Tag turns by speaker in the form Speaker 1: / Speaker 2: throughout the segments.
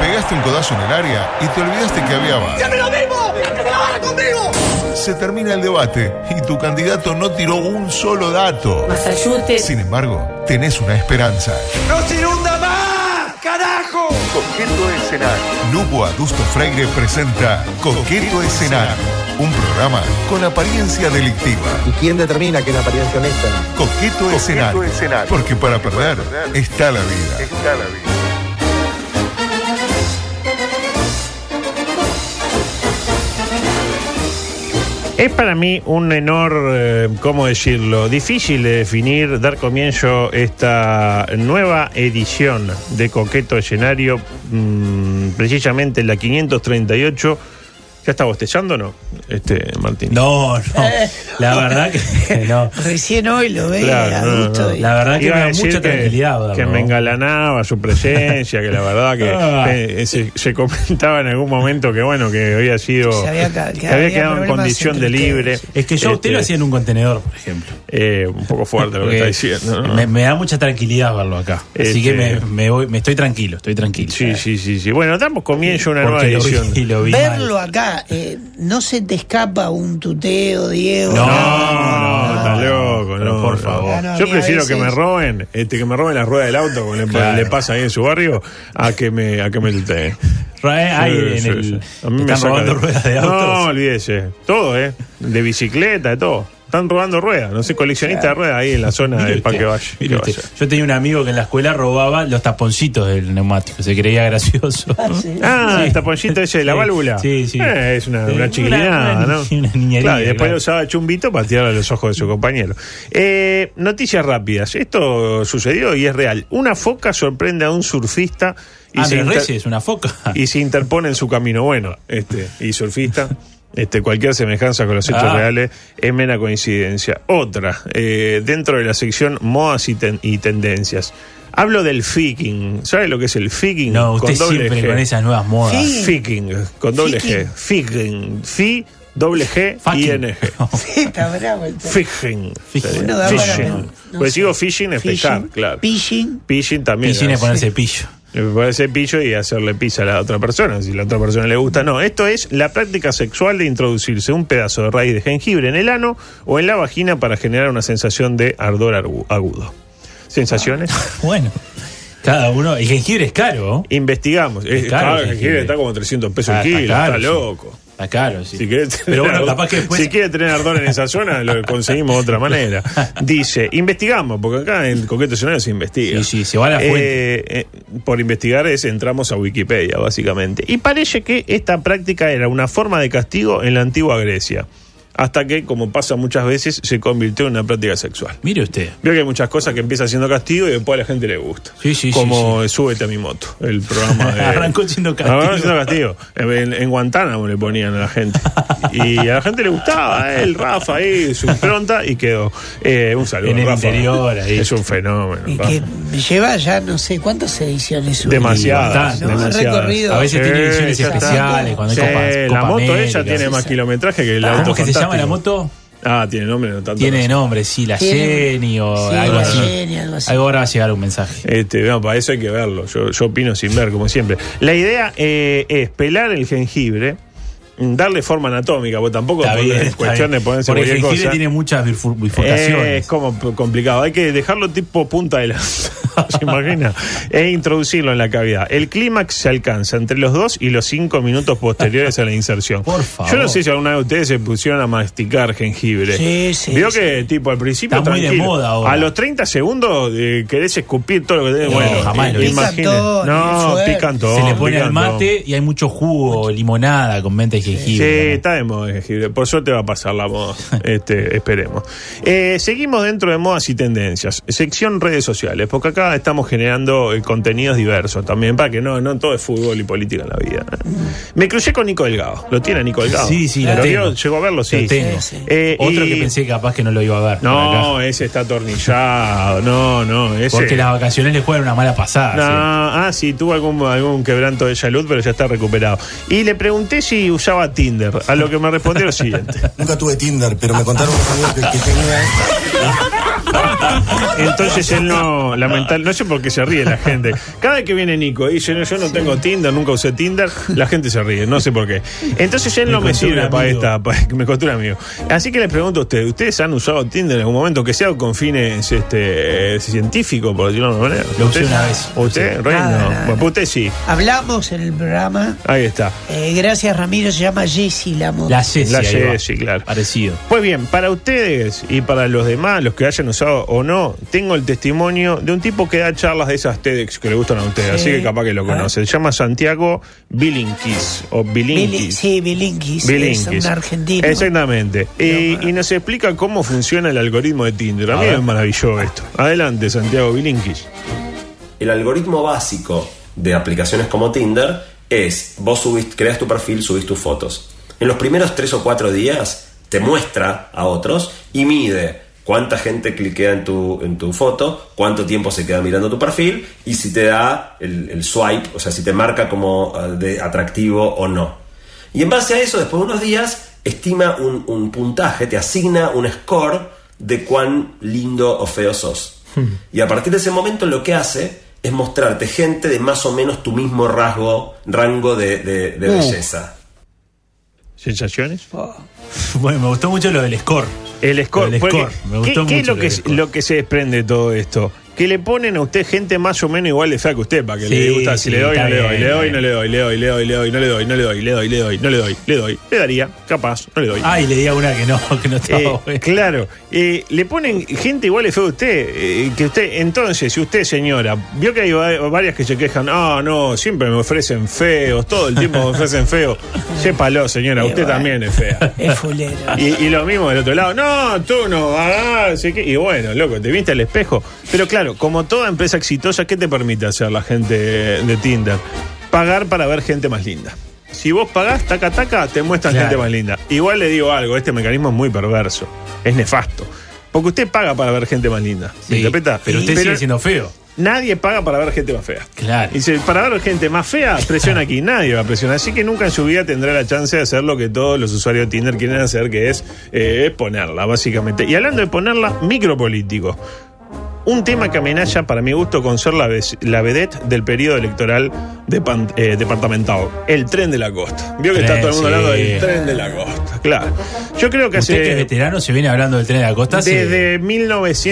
Speaker 1: Metiste un codazo en el área y te olvidaste que había bar.
Speaker 2: ¡Siempre lo mismo! ¡Siempre se la van conmigo!
Speaker 1: Se termina el debate y tu candidato no tiró un solo dato.
Speaker 3: Massachusetts.
Speaker 1: Sin embargo, tenés una esperanza.
Speaker 2: ¡No se inunda más! ¡Carajo!
Speaker 4: Coqueto escenario.
Speaker 1: Lugo Adusto Freire presenta Coqueto Escenario, un programa con apariencia delictiva.
Speaker 5: ¿Y quién determina que es la apariencia honesta?
Speaker 1: Coqueto Escenario,
Speaker 4: escenario.
Speaker 1: porque para perder
Speaker 4: perder
Speaker 1: está la vida.
Speaker 4: Está la vida.
Speaker 6: Es para mí un enorme, eh, ¿cómo decirlo? Difícil de definir, dar comienzo esta nueva edición de Coqueto Escenario, mm, precisamente la 538. ¿Ya está bostezando o no, este, Martín?
Speaker 7: No, no. La verdad que no.
Speaker 8: Recién hoy lo veía,
Speaker 6: Claro, no,
Speaker 8: eh, Augusto,
Speaker 6: no.
Speaker 8: y-
Speaker 7: La verdad que
Speaker 6: Iba
Speaker 7: me
Speaker 6: a
Speaker 7: da
Speaker 6: decir
Speaker 7: mucha
Speaker 6: que-
Speaker 7: tranquilidad, ¿verdad?
Speaker 6: Que me engalanaba su presencia, que la verdad que
Speaker 7: Ah.
Speaker 6: eh, se, se comentaba en algún momento que bueno, que había sido.
Speaker 8: Se había ca- que
Speaker 6: que había
Speaker 8: había
Speaker 6: quedado en
Speaker 8: problemas
Speaker 6: condición de
Speaker 8: entre
Speaker 6: libre.
Speaker 8: ustedes.
Speaker 7: Es que yo a usted lo
Speaker 6: Este,
Speaker 7: hacía en un contenedor, por ejemplo.
Speaker 6: eh, un poco fuerte lo que está diciendo. ¿no?
Speaker 7: me, me da mucha tranquilidad verlo acá.
Speaker 6: Este-
Speaker 7: Así que me, me voy, me estoy tranquilo, estoy tranquilo.
Speaker 6: Sí, sí, sí, sí. Bueno, damos comienzo a una nueva
Speaker 7: Porque lo
Speaker 6: edición.
Speaker 7: vi, lo vi mal.
Speaker 8: Verlo acá, eh, no se te escapa un tuteo, Diego.
Speaker 7: No,
Speaker 6: No,
Speaker 7: no,
Speaker 6: no, está
Speaker 7: no,
Speaker 6: loco,
Speaker 7: pero
Speaker 6: no,
Speaker 7: por
Speaker 6: no.
Speaker 7: favor.
Speaker 8: Ah, no, a
Speaker 6: Yo
Speaker 8: mí a
Speaker 6: prefiero que
Speaker 8: veces-
Speaker 6: me roben, este, que me roben la rueda del auto como le,
Speaker 7: Claro.
Speaker 6: le pasa ahí en su barrio, a que me, a que me tuteen.
Speaker 7: Ra- eh,
Speaker 6: Sí,
Speaker 7: hay en
Speaker 6: sí,
Speaker 7: el-
Speaker 6: sí. A
Speaker 7: te
Speaker 6: mí me
Speaker 7: están
Speaker 6: saca
Speaker 7: robando ruedas de autos.
Speaker 6: No, olvídese. Todo, ¿eh? De bicicleta, de todo. Están robando ruedas. No sé, coleccionista de ruedas ahí en la zona
Speaker 7: Mire
Speaker 6: de
Speaker 7: usted,
Speaker 6: Parque Valle.
Speaker 7: mire
Speaker 6: Que
Speaker 7: usted. Yo tenía un amigo que en la escuela robaba los taponcitos del neumático, se creía gracioso.
Speaker 6: vaya. Ah,
Speaker 7: Sí.
Speaker 6: el taponcito ese de la
Speaker 7: Sí,
Speaker 6: válvula.
Speaker 7: sí, sí.
Speaker 6: Eh, es una,
Speaker 7: Sí,
Speaker 6: una
Speaker 7: una-
Speaker 6: chiquilinada,
Speaker 7: una
Speaker 6: ¿no?
Speaker 7: ni- una niñería,
Speaker 6: Claro, y después
Speaker 7: claro.
Speaker 6: usaba chumbito para tirarle a los ojos de su compañero. Eh, noticias rápidas. Esto sucedió y es real. Una foca sorprende a un surfista y
Speaker 7: Ah,
Speaker 6: se
Speaker 7: pero
Speaker 6: inter-
Speaker 7: Reyes, una foca.
Speaker 6: y se interpone en su camino. Bueno, este, y surfista. Este, cualquier semejanza con los hechos
Speaker 7: Ah.
Speaker 6: reales es mera coincidencia. Otra, eh, dentro de la sección modas y, ten- y tendencias. Hablo del ficking. ¿Sabe lo que es el ficking?
Speaker 7: No, usted
Speaker 6: Con doble
Speaker 7: siempre
Speaker 6: G.
Speaker 7: con esas nuevas modas.
Speaker 8: Sí.
Speaker 6: Ficking, con doble G.
Speaker 8: Ficking.
Speaker 6: Ficking. Fi, doble G,
Speaker 7: Fucking.
Speaker 6: y N G.
Speaker 8: Sí, está bravo el tema.
Speaker 6: Fishing.
Speaker 7: Fishing.
Speaker 8: Uno da para
Speaker 6: Fishing.
Speaker 8: ver, no
Speaker 6: pues
Speaker 8: sé.
Speaker 6: digo fishing es pescar,
Speaker 8: Fishing,
Speaker 6: claro.
Speaker 8: Pishing.
Speaker 6: Fishing también.
Speaker 7: Piscina es
Speaker 6: es-
Speaker 7: ponerse pillo.
Speaker 6: le puede hacer pillo y hacerle pizza a la otra persona, si la otra persona le gusta. No, esto es la práctica sexual de introducirse un pedazo de raíz de jengibre en el ano o en la vagina para generar una sensación de ardor argu- agudo. ¿Sensaciones?
Speaker 7: Bueno, cada uno. El jengibre es caro. ¿no?
Speaker 6: Investigamos. Es,
Speaker 7: caro
Speaker 6: claro,
Speaker 7: el
Speaker 6: el jengibre
Speaker 7: jengibre.
Speaker 6: está como 300 pesos
Speaker 7: Ah,
Speaker 6: el kilo, está,
Speaker 7: caro, sí.
Speaker 6: loco.
Speaker 7: Está caro, sí.
Speaker 6: Si quiere tener,
Speaker 7: Pero bueno,
Speaker 6: ardor-
Speaker 7: capaz que después.
Speaker 6: si quiere tener ardor en esa zona, lo conseguimos de otra manera. Dice, investigamos, porque acá en el Coqueto Escenario se investiga.
Speaker 7: Sí, sí, se va a la fuente.
Speaker 6: Eh, eh, por investigar es entramos a Wikipedia, básicamente. Y parece que esta práctica era una forma de castigo en la antigua Grecia. Hasta que, como pasa muchas veces, se convirtió en una práctica sexual.
Speaker 7: Mire usted.
Speaker 6: Veo que hay muchas cosas que empieza siendo castigo y después a la gente le gusta.
Speaker 7: Sí, sí, sí,
Speaker 6: Como Súbete a mi moto, el programa de...
Speaker 7: Arrancó siendo castigo.
Speaker 6: Arrancó siendo castigo. En, en Guantánamo le ponían a la gente. Y a la gente le gustaba, eh, el Rafa ahí, su impronta, y quedó. Eh, un saludo,
Speaker 7: En el
Speaker 6: Rafa.
Speaker 7: interior, ahí.
Speaker 6: Es un fenómeno.
Speaker 8: Y
Speaker 6: Rafa.
Speaker 8: que lleva ya no sé cuántas ediciones. hubo.
Speaker 6: Demasiadas,
Speaker 7: bastante,
Speaker 8: ¿no?
Speaker 6: demasiadas.
Speaker 8: Recorrido.
Speaker 7: A veces tiene
Speaker 6: Sí,
Speaker 7: ediciones
Speaker 6: ya está.
Speaker 7: especiales, cuando hay
Speaker 6: Sí,
Speaker 7: copas.
Speaker 6: La
Speaker 7: Copa
Speaker 6: moto
Speaker 7: América. Ah,
Speaker 6: ella tiene más kilometraje que el auto
Speaker 7: ¿Cómo que se
Speaker 6: fantástico.
Speaker 7: llama la moto?
Speaker 6: Ah, tiene nombre, no tanto.
Speaker 7: Tiene
Speaker 6: no sé.
Speaker 7: nombre, sí, la
Speaker 8: Tiene-
Speaker 7: Jenny o
Speaker 8: Sí,
Speaker 7: algo,
Speaker 8: la
Speaker 7: así.
Speaker 8: Jenny, algo así.
Speaker 7: Algo ahora va a llegar un mensaje.
Speaker 6: Este, no, para eso hay que verlo. Yo, yo opino sin ver, como siempre. La idea eh, es pelar el jengibre, mm, darle forma anatómica, porque tampoco
Speaker 7: Está
Speaker 6: es
Speaker 7: bien. está
Speaker 6: cuestión
Speaker 7: bien.
Speaker 6: de ponerse
Speaker 7: Porque el
Speaker 6: cualquier
Speaker 7: jengibre
Speaker 6: cosa.
Speaker 7: tiene muchas bifur-
Speaker 6: Eh, es
Speaker 7: bifurcaciones.
Speaker 6: como p- complicado. Hay que dejarlo tipo punta de lanza, ¿se imagina? E introducirlo en la cavidad. El clímax se alcanza entre los 2 y los 5 minutos posteriores a la inserción.
Speaker 7: Por favor.
Speaker 6: Yo no sé si alguna vez ustedes se pusieron a masticar jengibre.
Speaker 8: Sí, sí,
Speaker 6: Vio
Speaker 8: sí.
Speaker 6: que, tipo, al principio.
Speaker 7: Está muy de
Speaker 6: tranquilo.
Speaker 7: moda ahora.
Speaker 6: A los 30 segundos eh, querés escupir todo lo que tenés.
Speaker 7: No,
Speaker 6: bueno,
Speaker 7: jamás lo hice.
Speaker 6: imagínate.
Speaker 8: Pican todo,
Speaker 6: No,
Speaker 8: fuerte.
Speaker 6: pican todo.
Speaker 7: se le pone
Speaker 6: pican
Speaker 7: al
Speaker 6: todo.
Speaker 7: mate y hay mucho jugo, limonada con menta y
Speaker 6: Sí,
Speaker 7: jengibre.
Speaker 6: está de moda el jengibre. Por suerte va a pasar la moda. Este, esperemos. Eh, seguimos dentro de modas y tendencias. Sección redes sociales, porque acá estamos generando eh, contenidos diversos también, para que no, no todo es fútbol y política en la vida. Me crucé con Nico Delgado. ¿Lo tiene Nico Delgado?
Speaker 7: Mm. Sí, sí, lo
Speaker 6: ¿Lo
Speaker 7: tengo.
Speaker 6: vio? ¿Llegó a verlo? Sí.
Speaker 7: Lo tengo.
Speaker 8: Sí, sí.
Speaker 6: Eh,
Speaker 7: Otro
Speaker 6: y-
Speaker 7: que pensé que capaz que no lo iba a ver. por acá.
Speaker 6: No, ese está atornillado. No, no, ese.
Speaker 7: Porque las vacaciones le juegan una mala pasada.
Speaker 6: No,
Speaker 7: ¿sí?
Speaker 6: ah, sí, tuvo algún, algún quebranto de salud, pero ya está recuperado. Y le pregunté si usaba Tinder, a lo que me respondió lo siguiente.
Speaker 9: Nunca tuve Tinder, pero me contaron unos amigos que, que tenía.
Speaker 6: Entonces él no, lamentablemente, no sé por qué se ríe la gente. Cada vez que viene Nico y dice, no, yo no tengo Tinder, nunca usé Tinder, la gente se ríe, no sé por qué. Entonces él
Speaker 7: Me
Speaker 6: no me
Speaker 7: costó un
Speaker 6: sirve para
Speaker 7: amigo.
Speaker 6: esta, para- me costó un amigo. Así que les pregunto a ustedes, ¿ustedes han usado Tinder en algún momento que sea con fines este, eh, científicos, por decirlo de alguna manera?
Speaker 7: Lo usé
Speaker 6: ¿Usted?
Speaker 7: una vez.
Speaker 6: ¿Usted? Rey,
Speaker 8: Nada,
Speaker 6: no.
Speaker 8: nada.
Speaker 6: Bueno, pues usted sí.
Speaker 8: Hablamos en el programa.
Speaker 6: Ahí está.
Speaker 8: eh, gracias, Ramiro. Se llama Jessy la moto.
Speaker 7: La Ceci.
Speaker 6: La
Speaker 7: ahí va.
Speaker 6: Ceci, claro.
Speaker 7: Parecido.
Speaker 6: Pues bien, para ustedes y para los demás, los que hayan usado o no, tengo el testimonio de un tipo que da charlas de esas TEDx que le gustan a ustedes,
Speaker 8: Sí. Ah.
Speaker 6: así que capaz que lo
Speaker 8: A ver.
Speaker 6: conocen. Se llama Santiago Bilinkis o Bilinkis.
Speaker 8: Bili- sí, Bilinkis.
Speaker 6: Bilinkis.
Speaker 8: Es un argentino.
Speaker 6: Exactamente. Y, y nos explica cómo funciona el algoritmo de Tinder. A mí me maravilló esto. Adelante, Santiago Bilinkis.
Speaker 3: El algoritmo básico de aplicaciones como Tinder es vos subís, creas tu perfil, subís tus fotos. En los primeros tres o cuatro días te muestra a otros y mide cuánta gente cliquea en tu, en tu foto, cuánto tiempo se queda mirando tu perfil y si te da el, el swipe, o sea, si te marca como eh, de atractivo o no. Y en base a eso, después de unos días, estima un, un puntaje, te asigna un score de cuán lindo o feo sos. Y a partir de ese momento lo que hace es mostrarte gente de más o menos tu mismo rasgo, rango de, de- de belleza.
Speaker 6: ¿Sensaciones?
Speaker 7: Bueno, me gustó mucho lo del score.
Speaker 6: El score.
Speaker 7: Lo del
Speaker 6: porque-
Speaker 7: score. Me
Speaker 6: ¿Qué,
Speaker 7: gustó
Speaker 6: qué es
Speaker 7: mucho
Speaker 6: lo
Speaker 7: lo
Speaker 6: que,
Speaker 7: del
Speaker 6: se-
Speaker 7: score.
Speaker 6: lo que se desprende de todo esto? Que le ponen a usted gente más o menos igual de fea que usted, para que le
Speaker 7: Sí,
Speaker 6: gusta si
Speaker 7: sí,
Speaker 6: le doy,
Speaker 7: está
Speaker 6: no le doy,
Speaker 7: bien,
Speaker 6: le doy,
Speaker 7: está
Speaker 6: no le doy, le doy, le doy, le doy, no le doy, no le doy, le doy, le doy, no le doy, le doy, le daría, capaz, no le doy.
Speaker 7: Ay, le di a una que no, que Ah, no estaba
Speaker 6: Eh,
Speaker 7: buena.
Speaker 6: claro, eh, le ponen gente igual de fea que usted, eh, que usted, entonces, si usted señora, vio que hay va- varias que se quejan, ah, no, siempre me ofrecen feos, todo el tiempo me ofrecen feos, sépalo señora,
Speaker 8: Eh,
Speaker 6: usted
Speaker 8: bueno.
Speaker 6: también es fea.
Speaker 8: Es fulero.
Speaker 6: Y, y lo mismo del otro lado, no, tú no ah, sé qué. Y bueno, loco, te viste al espejo. Pero claro, como toda empresa exitosa, ¿qué te permite hacer la gente de Tinder? Pagar para ver gente más linda. Si vos pagás, taca, taca, te muestran
Speaker 7: Claro.
Speaker 6: gente más linda. Igual le digo algo, este mecanismo es muy perverso, es nefasto. Porque usted paga para ver gente más linda. ¿Me
Speaker 7: Sí,
Speaker 6: interpreta?
Speaker 7: Pero usted sigue siendo feo.
Speaker 6: Nadie paga para ver gente más fea.
Speaker 7: Claro.
Speaker 6: Y dice, para ver gente más fea, presiona aquí. Nadie va a presionar. Así que nunca en su vida tendrá la chance de hacer lo que todos los usuarios de Tinder quieren hacer, que es eh, ponerla, básicamente. Y hablando de ponerla, micropolítico. Un tema que amenaza, para mi gusto, con ser la, ves- la vedette del periodo electoral de pan- eh, departamental. El tren de la costa. Vio que está
Speaker 7: Tren,
Speaker 6: todo el mundo
Speaker 7: sí.
Speaker 6: hablando del tren de la costa. Claro. Yo creo que
Speaker 7: Usted que es
Speaker 6: hace...
Speaker 7: veterano se viene hablando del tren de la costa. hace-
Speaker 6: Desde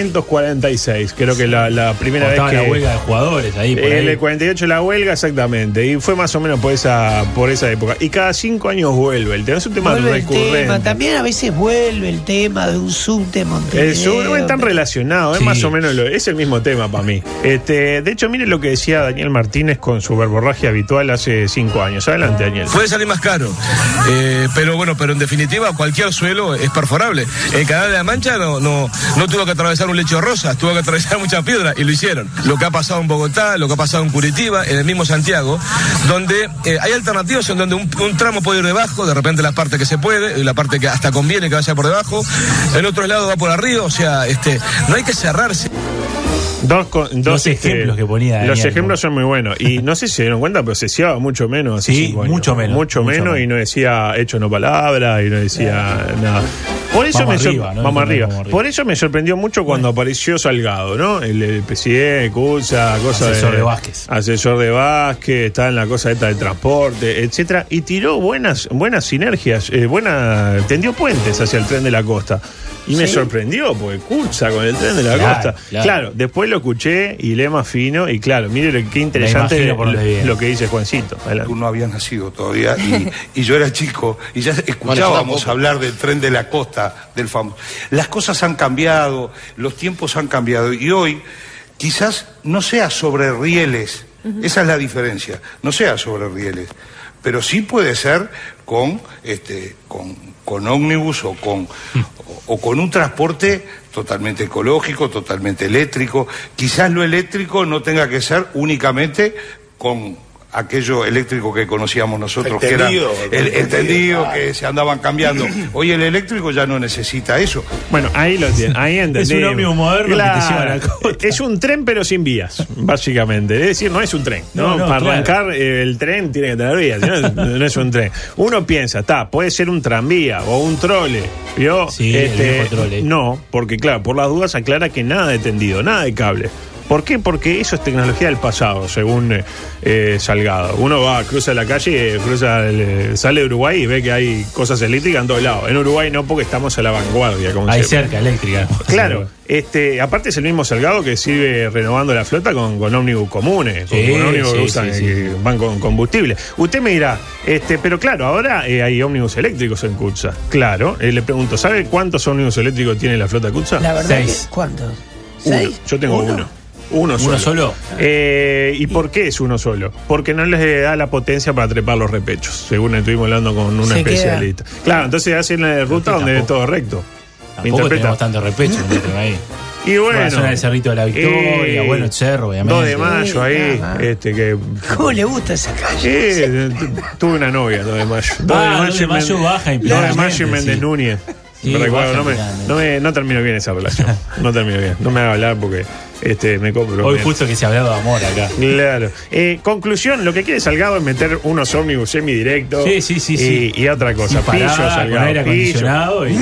Speaker 6: 1946, creo que la, la primera
Speaker 7: cuando
Speaker 6: vez
Speaker 7: estaba
Speaker 6: que...
Speaker 7: la huelga de jugadores ahí. Por ahí.
Speaker 6: El 48 la huelga, exactamente. Y fue más o menos por esa, por esa época. Y cada cinco años vuelve. El tema es un tema
Speaker 8: Vuelve el
Speaker 6: recurrente.
Speaker 8: tema. También a veces vuelve el tema de un subte Montevideo.
Speaker 6: El sur no es tan relacionado, es
Speaker 7: Sí.
Speaker 6: más o menos lo- es el mismo tema para mí. Este, de hecho, mire lo que decía Daniel Martínez con su verborragia habitual hace cinco años. Adelante, Daniel.
Speaker 9: Puede salir más caro, eh, pero bueno, pero en definitiva cualquier suelo es perforable. El Canal de la Mancha no, no, no tuvo que atravesar un lecho de rosas, tuvo que atravesar muchas piedras y lo hicieron. Lo que ha pasado en Bogotá, lo que ha pasado en Curitiba, en el mismo Santiago, donde eh, hay alternativas en donde un, un tramo puede ir debajo, de repente la parte que se puede, y la parte que hasta conviene que vaya por debajo, en otros lados va por arriba, o sea, este, no hay que cerrarse.
Speaker 6: Dos, con- dos, este,
Speaker 7: Los ejemplos que ponía Daniel,
Speaker 6: Los ejemplos
Speaker 7: ¿no?
Speaker 6: son muy buenos. Y no sé si se dieron cuenta, pero se ciaba mucho menos. hace
Speaker 7: Sí,
Speaker 6: cinco años.
Speaker 7: mucho menos,
Speaker 6: Mucho,
Speaker 7: mucho
Speaker 6: menos,
Speaker 7: menos.
Speaker 6: y no decía hecho no palabra y no decía nada. Por eso
Speaker 7: Vamos
Speaker 6: me sor-
Speaker 7: arriba, ¿no?
Speaker 6: Vamos
Speaker 7: Vamos
Speaker 6: arriba.
Speaker 7: arriba.
Speaker 6: Por eso me sorprendió mucho cuando apareció Salgado, ¿no? El, el presidente, Cusa, cosa
Speaker 7: Asesor de Vázquez.
Speaker 6: Asesor de Vázquez, está en la cosa esta de transporte, etcétera, y tiró buenas, buenas sinergias, eh, buena, tendió puentes hacia el tren de la costa. Y me sorprendió, porque Cusa con el tren de la
Speaker 7: Claro,
Speaker 6: costa.
Speaker 7: claro.
Speaker 6: claro, después lo escuché y leí más fino y claro, mire lo- qué interesante
Speaker 7: imagino por
Speaker 6: lo,
Speaker 7: dónde viene.
Speaker 6: lo que dice Juancito. Adelante.
Speaker 4: Tú no habías nacido todavía y, y yo era chico y ya escuchábamos hablar del tren de la costa, del famoso. Las cosas han cambiado, los tiempos han cambiado y hoy quizás no sea sobre rieles, esa es la diferencia, no sea sobre rieles, pero sí puede ser con, este, con, con ómnibus o con, o- o con un transporte totalmente ecológico, totalmente eléctrico. Quizás lo eléctrico no tenga que ser únicamente con aquello eléctrico que conocíamos nosotros,
Speaker 10: El tendido,
Speaker 4: que era el,
Speaker 10: el
Speaker 4: el tendido,
Speaker 10: tendido,
Speaker 4: que se andaban cambiando. Hoy el eléctrico ya no necesita eso.
Speaker 6: Bueno, ahí lo tienen, ahí entendemos.
Speaker 7: Es un ómnibus moderno que te
Speaker 6: Claro.
Speaker 7: lleva a la costa.
Speaker 6: Es un tren pero sin vías, básicamente. Es decir, no es un tren. ¿no?
Speaker 7: No, no,
Speaker 6: Para
Speaker 7: claro.
Speaker 6: arrancar eh, el tren tiene que tener vías, si no, no es un tren. Uno piensa, está, puede ser un tranvía o un trole. ¿Vio? Este,
Speaker 7: Sí, el viejo trole.
Speaker 6: No, porque claro, por las dudas aclara que nada de tendido, nada de cable. ¿Por qué? Porque eso es tecnología del pasado, según eh, eh, Salgado. Uno va, cruza la calle, eh, cruza el, eh, sale de Uruguay y ve que hay cosas eléctricas en todos lados. En Uruguay no, porque estamos a la vanguardia. Como
Speaker 7: Ahí
Speaker 6: siempre.
Speaker 7: cerca, eléctrica.
Speaker 6: Claro, este, aparte es el mismo Salgado que sigue renovando la flota con, con ómnibus comunes, con,
Speaker 7: Sí,
Speaker 6: con ómnibus que,
Speaker 7: sí,
Speaker 6: usan,
Speaker 7: sí, sí.
Speaker 6: eh, que van con combustible. Usted me dirá, este, pero claro, ahora eh, hay ómnibus eléctricos en Cutsa. Claro, eh, le pregunto, ¿sabe cuántos ómnibus eléctricos tiene la flota Cutsa?
Speaker 8: La verdad
Speaker 7: Seis.
Speaker 8: que- ¿Cuántos?
Speaker 6: Uno.
Speaker 8: ¿Seis?
Speaker 6: Yo tengo uno. Uno, solo.
Speaker 7: solo?
Speaker 6: Eh, ¿Y por qué es uno solo? Porque no les da la potencia para trepar los repechos, según estuvimos hablando con una
Speaker 8: Se queda.
Speaker 6: especialista. Claro, entonces hacen la ruta
Speaker 7: que
Speaker 6: donde es
Speaker 7: tampoco-
Speaker 6: todo recto.
Speaker 7: Tampoco tenemos tanto repecho metieron ahí.
Speaker 6: Y bueno.
Speaker 7: la zona del Cerrito de la Victoria, bueno, el cerro, obviamente. Ah,
Speaker 6: 2 de mayo ahí,
Speaker 8: Sí, nada.
Speaker 6: este que.
Speaker 8: ¿Cómo le gusta esa calle?
Speaker 6: Eh, tuve una novia el 2 de mayo. 2
Speaker 7: Ah, 2 de
Speaker 6: en
Speaker 7: mayo
Speaker 6: Men-
Speaker 7: baja
Speaker 6: 2 de mayo en
Speaker 7: implacablemente,
Speaker 6: Méndez
Speaker 7: sí.
Speaker 6: Núñez.
Speaker 7: Sí,
Speaker 6: Me recuerdo,
Speaker 7: baja
Speaker 6: no, me,
Speaker 7: implacablemente.
Speaker 6: no, me- no termino bien esa relación. No termino bien. No me haga hablar porque este, me compro.
Speaker 7: Hoy
Speaker 6: bien.
Speaker 7: justo que se ha hablado de amor acá.
Speaker 6: Claro. Eh, conclusión, lo que quiere Salgado es meter unos ómnibus semidirectos.
Speaker 7: Sí, sí, sí,
Speaker 6: Y,
Speaker 7: sí.
Speaker 6: y otra cosa.
Speaker 7: Sin parada,
Speaker 6: pillo,
Speaker 7: con
Speaker 6: Salgado,
Speaker 7: aire
Speaker 6: pillo.
Speaker 7: acondicionado y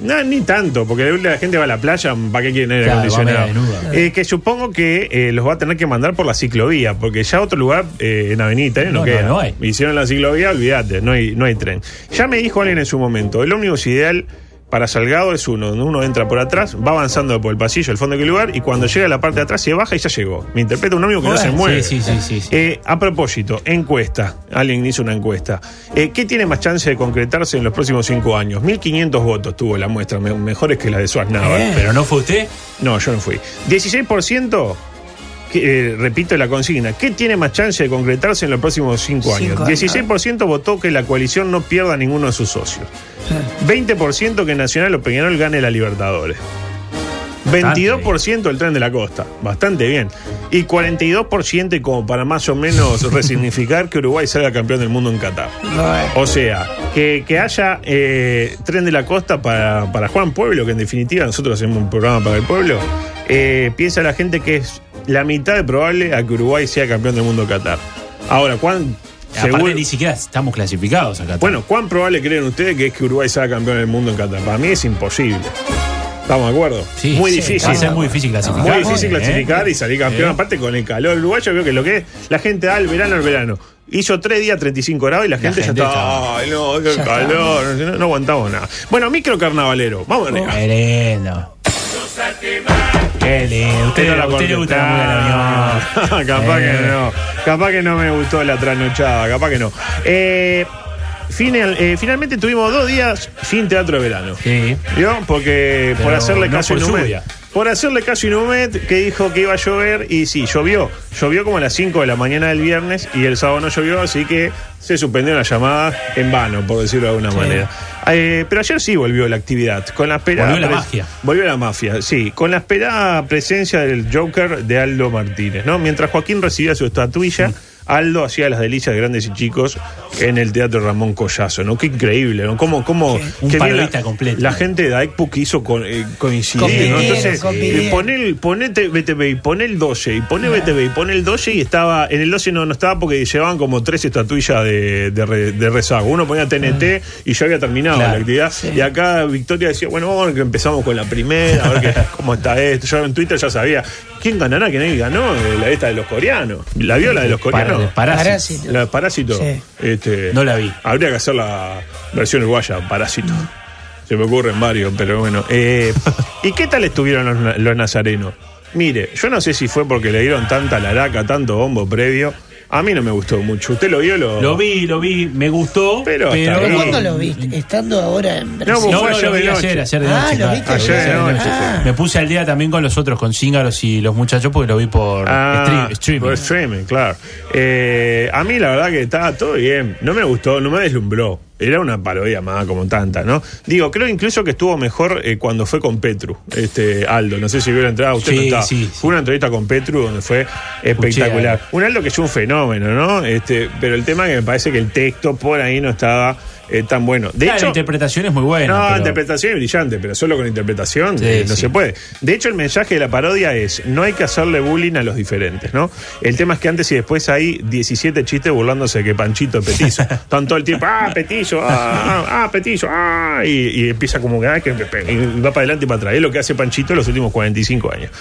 Speaker 6: No, ni tanto, porque de última la gente va a la playa, ¿para qué quieren aire
Speaker 7: Claro,
Speaker 6: acondicionado?
Speaker 7: va media desnuda.
Speaker 6: Eh, que supongo que eh, los va a tener que mandar por la ciclovía, porque ya otro lugar eh, en Avenida Italia no,
Speaker 7: No, no,
Speaker 6: queda.
Speaker 7: no hay.
Speaker 6: Hicieron la ciclovía, olvídate, no hay, no hay tren. Ya me dijo alguien en su momento, el ómnibus ideal para Salgado es uno, donde uno entra por atrás, va avanzando por el pasillo, el fondo del lugar, y cuando llega a la parte de atrás se baja y ya llegó. Me interpreta un ómnibus que no
Speaker 7: Bueno,
Speaker 6: se mueve.
Speaker 7: sí, sí, sí, sí, sí.
Speaker 6: Eh, a propósito, encuesta. Alguien hizo una encuesta. Eh, ¿Qué tiene más chance de concretarse en los próximos cinco años? 1.500 votos tuvo la muestra, me- mejores que la de Suárez Navarro.
Speaker 7: Pero no fue usted.
Speaker 6: No, yo no fui. 16%, que, eh, repito la consigna, ¿qué tiene más chance de concretarse en los próximos cinco años?
Speaker 8: Cinco años.
Speaker 6: 16% votó que la coalición no pierda a ninguno de sus socios. 20% que Nacional o Peñarol gane la Libertadores. 22% el tren de la costa, bastante bien. Y 42% y como para más o menos resignificar que Uruguay salga campeón del mundo en Qatar.
Speaker 8: Bueno.
Speaker 6: O sea, que, que haya eh, tren de la costa para, para Juan Pueblo, que en definitiva nosotros hacemos un programa para el pueblo, eh, piensa la gente que es la mitad de probable a que Uruguay sea campeón del mundo Qatar. Ahora, ¿cuán,
Speaker 7: Aparte
Speaker 6: seguro-
Speaker 7: ni siquiera estamos clasificados acá.
Speaker 6: bueno, ¿cuán probable creen ustedes que es que Uruguay sea campeón del mundo en Qatar? Para mí es imposible. ¿Estamos de acuerdo?
Speaker 7: Sí,
Speaker 6: muy
Speaker 7: sí,
Speaker 6: difícil.
Speaker 7: Va a ser muy difícil clasificar.
Speaker 6: Muy difícil
Speaker 7: ¿eh?
Speaker 6: clasificar y salir campeón.
Speaker 7: Eh.
Speaker 6: Aparte con el calor uruguayo, veo que lo que es, la gente da el verano al verano. Hizo tres días 35 grados y la, gente,
Speaker 7: gente
Speaker 6: ya está.
Speaker 7: está-
Speaker 6: Ay, no, qué
Speaker 8: Ya está.
Speaker 6: calor. No, no aguantamos nada. Bueno, micro carnavalero. Vamos arriba.
Speaker 7: Merendo. Oh, Qué lindo. Usted,
Speaker 6: Usted no la
Speaker 7: usted le gusta la mula de la
Speaker 6: contestaba.
Speaker 7: unión.
Speaker 6: Capaz
Speaker 7: Eh.
Speaker 6: que no. Capaz que no me gustó la trasnochada. Capaz que no. Eh, final- eh, finalmente tuvimos dos días sin teatro de verano.
Speaker 7: Sí.
Speaker 6: ¿Vio? Porque por
Speaker 7: Pero
Speaker 6: hacerle
Speaker 7: no
Speaker 6: caso
Speaker 7: por
Speaker 6: a Inumet.
Speaker 7: lluvia.
Speaker 6: Por hacerle caso a Inumet, que dijo que iba a llover, y sí, llovió. Llovió como a las 5 de la mañana del viernes y el sábado no llovió, así que se suspendió la llamada en vano, por decirlo de alguna manera. Eh, pero ayer sí volvió la actividad. Con la espera-
Speaker 7: Volvió la
Speaker 6: pres-
Speaker 7: magia.
Speaker 6: Volvió la mafia, sí. Con la esperada presencia del Joker de Aldo Martínez, ¿no? Mientras Joaquín recibía su estatuilla. Aldo hacía las delicias de grandes y chicos en el Teatro Ramón Collazo, ¿no? Qué increíble, ¿no? Cómo, cómo,
Speaker 7: Un
Speaker 6: qué bien la-
Speaker 7: parodista completo.
Speaker 6: La gente de Aikpu quiso co- eh, coincidir,
Speaker 8: Convinieron,
Speaker 6: ¿no? Entonces,
Speaker 8: convinieron.
Speaker 6: eh, poné el, ponete BTV y poné el 12 y poné BTV y poné el 12 y estaba, en el 12 no, no estaba porque llevaban como tres estatuillas de, de, re- de rezago. Uno ponía TNT y ya había terminado
Speaker 7: Ah. Claro.
Speaker 6: la actividad. Y acá Victoria decía, bueno, vamos a ver que empezamos con la primera, a ver qué- cómo está esto. Yo en Twitter ya sabía, ¿quién ganará? Que nadie ganó, Eh, la esta de los coreanos. ¿La vio la de los
Speaker 7: Para,
Speaker 6: coreanos?
Speaker 7: Parásito.
Speaker 6: La de Parásito.
Speaker 8: Sí.
Speaker 6: Este,
Speaker 7: No la vi.
Speaker 6: Habría que hacer la versión uruguaya, Parásito. Se me ocurren varios, pero bueno. Eh, ¿Y qué tal estuvieron los, na- los nazarenos? Mire, yo no sé si fue porque le dieron tanta laraca, tanto bombo previo. A mí no me gustó mucho. ¿Usted lo vio? Lo,
Speaker 7: Lo vi, lo vi, me gustó.
Speaker 6: Pero
Speaker 7: Pero,
Speaker 6: hasta ahí.
Speaker 7: no.
Speaker 8: ¿Cuándo lo viste? Estando ahora en
Speaker 6: No,
Speaker 8: Brasil.
Speaker 6: vos-
Speaker 7: No,
Speaker 6: Fue
Speaker 7: no,
Speaker 6: ayer
Speaker 7: lo
Speaker 6: de
Speaker 7: vi
Speaker 6: noche. Ah.
Speaker 7: ayer, ayer de
Speaker 8: Ah,
Speaker 7: noche.
Speaker 8: lo
Speaker 7: claro.
Speaker 8: viste
Speaker 6: ayer de noche,
Speaker 8: sí.
Speaker 7: Me puse al día también con los otros, con Zíngaros y los muchachos, porque lo vi por
Speaker 6: Ah,
Speaker 7: stream- streaming.
Speaker 6: por streaming, claro. Eh, a mí la verdad que estaba todo bien. No me gustó, no me deslumbró. Era una parodia más como tanta, ¿no? Digo, creo incluso que estuvo mejor eh, cuando fue con Petru, este Aldo. No sé si vio la entrada, usted
Speaker 7: Sí,
Speaker 6: no estaba.
Speaker 7: sí, sí.
Speaker 6: Fue una entrevista con Petru donde fue espectacular.
Speaker 7: Escuché,
Speaker 6: Un Aldo que es un fenómeno, ¿no? Este, pero el tema que me parece que el texto por ahí no estaba eh, tan bueno. De
Speaker 7: Claro,
Speaker 6: hecho,
Speaker 7: la interpretación es muy buena.
Speaker 6: no,
Speaker 7: pero-
Speaker 6: interpretación es brillante, pero solo con interpretación
Speaker 7: Sí,
Speaker 6: eh, no
Speaker 7: sí.
Speaker 6: se puede. De hecho, el mensaje de la parodia es: no hay que hacerle bullying a los diferentes, ¿no? El tema es que antes y después hay 17 chistes burlándose que Panchito es petizo. Están todo el tiempo, ah, petizo, ah, ah, ah, petizo, ah, y, y empieza como que, ah, que y va para adelante y para atrás. Es lo que hace Panchito en los últimos 45 años.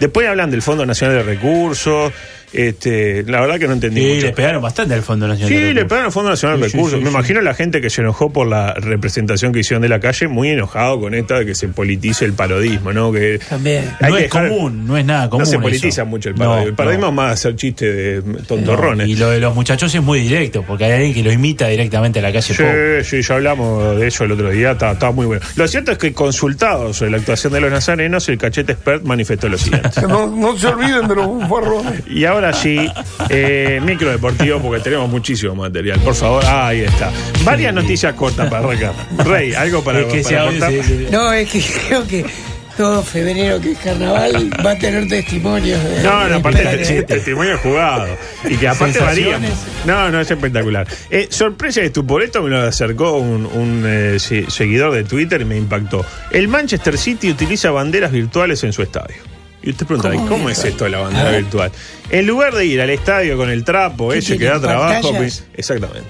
Speaker 6: Después hablan del Fondo Nacional de Recursos. Este, la verdad que no entendí
Speaker 7: Sí,
Speaker 6: mucho.
Speaker 7: le pegaron bastante al Fondo Nacional. de
Speaker 6: Sí, le
Speaker 7: Recursos.
Speaker 6: pegaron al Fondo Nacional de
Speaker 7: Sí, sí,
Speaker 6: Recursos.
Speaker 7: sí,
Speaker 6: Me
Speaker 7: sí.
Speaker 6: imagino la gente que se enojó por la representación que hicieron de la calle, muy enojado con esta de que se politice el parodismo, ¿no? Que
Speaker 8: También.
Speaker 6: hay
Speaker 7: No
Speaker 6: que
Speaker 7: es
Speaker 6: dejar-
Speaker 7: común, no es nada común.
Speaker 6: No se
Speaker 7: eso.
Speaker 6: politiza mucho el
Speaker 7: No,
Speaker 6: parodismo. el parodismo
Speaker 7: no.
Speaker 6: es más hacer chistes de
Speaker 7: No,
Speaker 6: tontorrones.
Speaker 7: Y lo de los muchachos es muy directo, porque hay alguien que lo imita directamente a la calle
Speaker 6: Sí,
Speaker 7: Pou.
Speaker 6: sí, ya hablamos de eso el otro día, está, está muy bueno. Lo cierto es que consultado sobre la actuación de los nazarenos, el cachete expert manifestó lo siguiente.
Speaker 4: No, no se olviden de los bufarrones.
Speaker 6: Y ahora sí, eh, micro deportivo, porque tenemos muchísimo material. Por favor, ah, ahí está. Varias noticias cortas para arrancar. Rey, algo para,
Speaker 7: Es que ese
Speaker 6: para
Speaker 7: audio
Speaker 6: cortar?
Speaker 7: se- se-
Speaker 8: No, es que creo que todo febrero que es carnaval va a tener testimonios. de-
Speaker 6: No,
Speaker 8: de-
Speaker 6: no, aparte
Speaker 8: de-
Speaker 6: este testimonio jugado. Y que aparte varía.
Speaker 7: Sensaciones.
Speaker 6: No, no, es espectacular. Eh, sorpresa de Stupoleto me lo acercó un, un, eh, se- seguidor de Twitter y me impactó. El Manchester City utiliza banderas virtuales en su estadio. Y usted pregunta, ¿cómo,
Speaker 8: ¿Cómo
Speaker 6: es
Speaker 8: virtual?
Speaker 6: esto de la bandera
Speaker 8: Ah.
Speaker 6: virtual? En lugar de ir al estadio con el trapo
Speaker 8: ¿Qué
Speaker 6: ese que da
Speaker 8: tienen,
Speaker 6: trabajo.
Speaker 8: pantallas?
Speaker 6: pues- exactamente.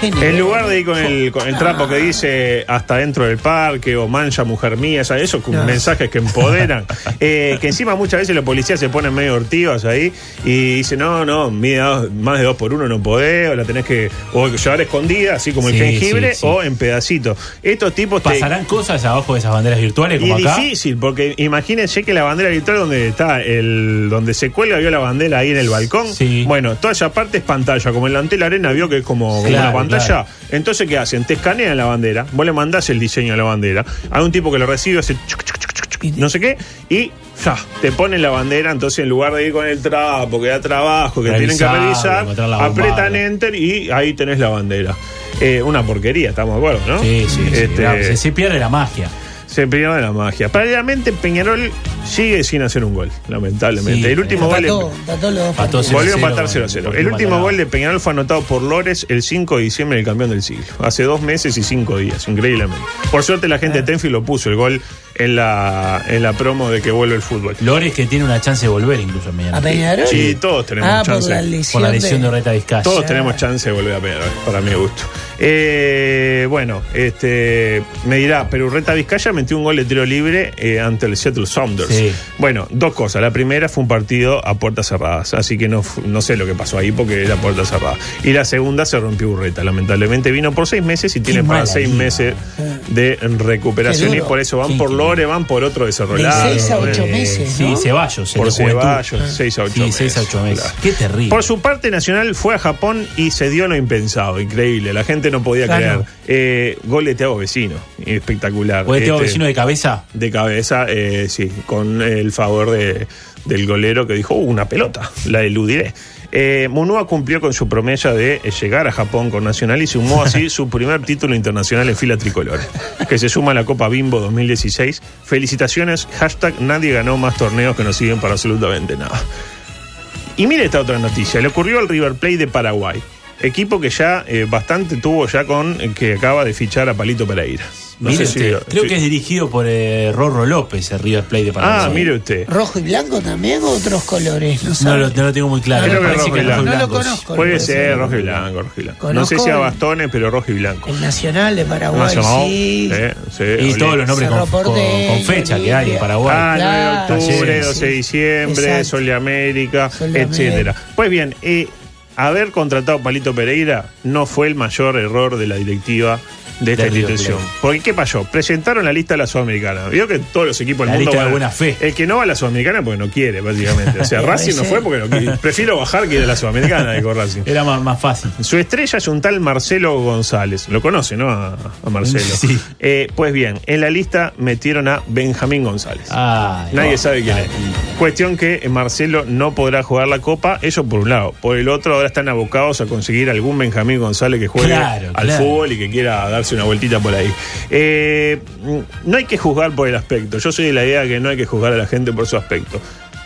Speaker 8: Genial.
Speaker 6: En lugar de ir con el, con el trapo que dice hasta dentro del parque o mancha mujer mía, ¿sabes? esos con mensajes que empoderan. Eh, que encima muchas veces los policías se ponen medio hortivas ahí y dicen, no, no, mide dos- más de dos por uno no podés, o la tenés que o llevar escondida, así como el
Speaker 7: Sí,
Speaker 6: jengibre,
Speaker 7: sí, sí.
Speaker 6: o en pedacitos. Estos tipos te,
Speaker 7: ¿Pasarán cosas abajo de esas banderas virtuales
Speaker 6: y
Speaker 7: como
Speaker 6: es
Speaker 7: acá?
Speaker 6: difícil, porque imagínense que la bandera virtual donde está el donde se cuelga vio la bandera ahí en el balcón.
Speaker 7: Sí.
Speaker 6: Bueno, toda esa parte es pantalla, como el delante de la arena vio que es como como
Speaker 7: Claro,
Speaker 6: una pantalla.
Speaker 7: claro.
Speaker 6: Entonces, ¿qué hacen? Te escanean la bandera, vos le mandás el diseño a la bandera, hay un tipo que lo recibe, hace chuc, chuc, chuc, chuc, chuc, no sé qué, y ya, te ponen la bandera, entonces en lugar de ir con el trapo, que da trabajo, que
Speaker 7: Revisar,
Speaker 6: tienen que
Speaker 7: encontrar la
Speaker 6: revisar,
Speaker 7: bomba,
Speaker 6: apretan
Speaker 7: ¿no?
Speaker 6: enter y ahí tenés la bandera. Eh, una porquería, estamos de acuerdo, ¿no?
Speaker 7: Sí, sí, sí.
Speaker 6: Este,
Speaker 7: claro, se, se pierde la magia.
Speaker 6: se pierde la magia. Paralelamente, Peñarol sigue sin hacer un gol, lamentablemente.
Speaker 7: Sí,
Speaker 6: el último gol.
Speaker 8: Empató, empató los dos
Speaker 7: Empató
Speaker 8: partidos.
Speaker 7: cero.
Speaker 6: Volvió a empatar
Speaker 7: con-
Speaker 6: 0-0.
Speaker 7: con
Speaker 6: El último
Speaker 7: Maldonado.
Speaker 6: gol de Peñarol fue anotado por Lores el 5 de diciembre del campeón del siglo. Hace dos meses y cinco días, increíblemente. Por suerte la gente de Tenfield lo puso el gol en la, en la promo de que vuelve el fútbol.
Speaker 7: Lores que tiene una chance de volver incluso a
Speaker 8: ¿A
Speaker 7: mañana.
Speaker 8: Peñarol?
Speaker 6: Sí, todos tenemos
Speaker 8: ah,
Speaker 6: chance.
Speaker 8: Por la
Speaker 7: Por
Speaker 8: lesión,
Speaker 7: la lesión de Reta Vizcaya.
Speaker 6: Todos tenemos chance de volver a Peñarol, para mi gusto. Eh, bueno, este, me dirá, pero Urreta Vizcaya metió un gol de tiro libre eh, ante el Seattle Sounders.
Speaker 7: Sí.
Speaker 6: Bueno, dos cosas. La primera fue un partido a puertas cerradas, así que no, fu- no sé lo que pasó ahí porque era puerta cerrada. Y la segunda se rompió Urreta, lamentablemente vino por seis meses y tiene para
Speaker 7: mala
Speaker 6: seis
Speaker 7: liga.
Speaker 6: meses de recuperación
Speaker 8: Qué
Speaker 6: y
Speaker 8: duro.
Speaker 6: por eso van
Speaker 7: Qué
Speaker 6: por
Speaker 7: increíble.
Speaker 6: Lore, van por otro
Speaker 8: De
Speaker 6: desarrollado.
Speaker 8: 6 a 8
Speaker 6: eh,
Speaker 8: meses.
Speaker 7: Sí,
Speaker 8: ¿no? Ah.
Speaker 7: Ceballos. el
Speaker 6: por
Speaker 7: de Juventud.
Speaker 6: Ceballos, 6 a 8
Speaker 7: Sí,
Speaker 6: meses.
Speaker 7: seis a ocho meses.
Speaker 6: Claro.
Speaker 7: Qué terrible.
Speaker 6: Por su parte, Nacional fue a Japón y se dio lo impensado. Increíble. La gente no podía
Speaker 8: Ganó.
Speaker 6: creer. Eh, gol de Thiago Vecino. Espectacular.
Speaker 7: Porque tengo
Speaker 6: Este,
Speaker 7: vecino de cabeza.
Speaker 6: de cabeza, eh, sí, con el favor de- del golero que dijo, "Uh, una pelota, la eludiré. Eh, Munua cumplió con su promesa de eh, llegar a Japón con Nacional y sumó así su primer título internacional en fila tricolor, que se suma a la Copa Bimbo 2016. Felicitaciones, hashtag nadie ganó más torneos que nos siguen para absolutamente nada. Y mire esta otra noticia, le ocurrió al River Plate de Paraguay, equipo que ya eh, bastante tuvo ya con eh, que acaba de fichar a Palito Pereira. No
Speaker 7: Mire
Speaker 6: sé si-
Speaker 7: usted, creo
Speaker 6: si-
Speaker 7: que es dirigido por eh, Rorro López, el River Plate de Paraguay.
Speaker 6: Ah, mire usted.
Speaker 8: ¿Rojo y blanco también o otros colores? No,
Speaker 7: No
Speaker 8: sabe.
Speaker 7: lo, no lo tengo muy claro.
Speaker 6: Creo
Speaker 7: me
Speaker 6: que
Speaker 7: parece
Speaker 6: Rorro y
Speaker 7: que Rorro
Speaker 8: No
Speaker 6: Blanco.
Speaker 7: y
Speaker 8: lo
Speaker 7: Blanco es-
Speaker 8: conozco.
Speaker 6: Puede
Speaker 8: puede
Speaker 6: ser
Speaker 8: ser.
Speaker 6: rojo y blanco, rojo y blanco. No
Speaker 8: Conozco
Speaker 6: sé si a
Speaker 8: el-
Speaker 6: bastones, pero rojo y blanco.
Speaker 8: El Nacional de Paraguay,
Speaker 6: Nacional,
Speaker 8: sí.
Speaker 6: eh, sí,
Speaker 7: Y
Speaker 6: olé.
Speaker 7: todos los nombres con,
Speaker 8: Cerro
Speaker 7: con-
Speaker 8: Porteño,
Speaker 7: con fecha que hay en
Speaker 8: Olimpia.
Speaker 7: Paraguay.
Speaker 6: Ah, 9 de octubre,
Speaker 7: Talleres,
Speaker 6: 12 de
Speaker 8: sí.
Speaker 6: diciembre,
Speaker 8: Exacto.
Speaker 6: Sol de América,
Speaker 8: Sol de
Speaker 6: etcétera.
Speaker 8: América.
Speaker 6: Pues bien, eh, haber contratado a Palito Pereira no fue el mayor error de la directiva de esta
Speaker 7: De Río,
Speaker 6: institución.
Speaker 7: claro.
Speaker 6: Porque, ¿qué pasó? Presentaron la lista de la Sudamericana. Vio que todos los equipos
Speaker 7: La
Speaker 6: del mundo
Speaker 7: lista de
Speaker 6: van a-
Speaker 7: buena fe.
Speaker 6: El que no va a la Sudamericana porque no quiere, básicamente. O sea,
Speaker 8: Sí,
Speaker 6: Racing no
Speaker 8: puede
Speaker 6: fue
Speaker 8: ser.
Speaker 6: porque no quiere. Prefiero bajar que ir a la Sudamericana, dijo Racing.
Speaker 7: Era más, más fácil.
Speaker 6: Su estrella es un tal Marcelo González. Lo conoce, ¿no? A, a Marcelo.
Speaker 7: Sí.
Speaker 6: Eh, pues bien, en la lista metieron a Benjamín González.
Speaker 7: Ah, Ay,
Speaker 6: Nadie
Speaker 7: no.
Speaker 6: sabe quién es. Cuestión que eh, Marcelo no podrá jugar la Copa, eso por un lado. Por el otro, ahora están abocados a conseguir algún Benjamín González que juegue
Speaker 7: Claro,
Speaker 6: al
Speaker 7: claro.
Speaker 6: fútbol y que quiera darse una vueltita por ahí. Eh, mm, no hay que juzgar por el aspecto. Yo soy de la idea que no hay que juzgar a la gente por su aspecto.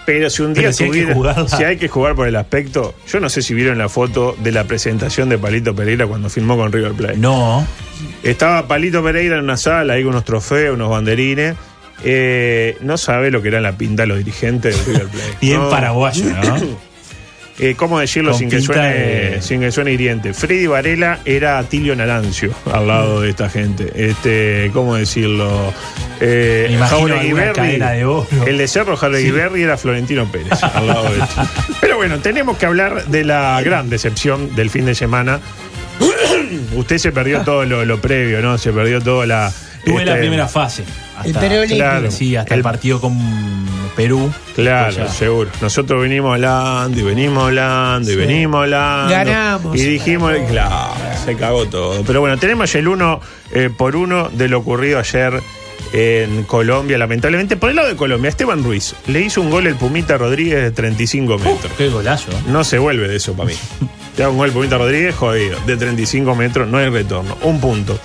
Speaker 6: Pero si un día
Speaker 7: Pero si hay que
Speaker 6: tuviera-
Speaker 7: juzgarla.
Speaker 6: si hay que jugar por el aspecto, yo no sé si vieron la foto de la presentación de Palito Pereira cuando filmó con River Plate.
Speaker 7: No.
Speaker 6: Estaba Palito Pereira en una sala ahí con unos trofeos, unos banderines. Eh, no sabe lo que era la pinta de los dirigentes del River Plate.
Speaker 7: Bien
Speaker 6: No.
Speaker 7: paraguayo, ¿no?
Speaker 6: Eh, ¿Cómo decirlo
Speaker 7: Con
Speaker 6: sin que,
Speaker 7: pinta
Speaker 6: suene,
Speaker 7: de-
Speaker 6: sin que suene hiriente? Freddy Varela era Tilio Narancio al lado de esta gente. Este, ¿Cómo decirlo? Eh,
Speaker 7: Me imagino
Speaker 6: Jauregui
Speaker 7: alguna
Speaker 6: Berry,
Speaker 7: cadena de oro.
Speaker 6: El de Cerro Jauregui Berry era Florentino Pérez al lado de esto. Pero bueno, tenemos que hablar de la gran decepción del fin de semana. Usted se perdió todo lo, lo previo, ¿no? Se perdió toda la.
Speaker 7: Tuve la
Speaker 6: este,
Speaker 7: primera fase.
Speaker 8: El Perolímpico.
Speaker 6: Claro.
Speaker 7: Sí, hasta el,
Speaker 6: El-
Speaker 7: partido con Perú.
Speaker 6: Claro,
Speaker 7: Pues ya.
Speaker 6: seguro. Nosotros venimos hablando y venimos hablando y
Speaker 8: Sí.
Speaker 6: venimos hablando.
Speaker 8: Ganamos,
Speaker 6: Y
Speaker 8: se
Speaker 6: dijimos,
Speaker 8: cagó.
Speaker 6: claro, se cagó todo. Pero bueno, tenemos el uno eh, por uno de lo ocurrido ayer en Colombia, lamentablemente. Por el lado de Colombia, Esteban Ruiz le hizo un gol el Pumita Rodríguez de
Speaker 8: Uh.
Speaker 6: 35 metros.
Speaker 7: Qué golazo. ¿eh?
Speaker 6: No se vuelve de eso para mí. Te hago un gol Pumita Rodríguez, jodido. De 35 metros, no hay retorno. Un punto.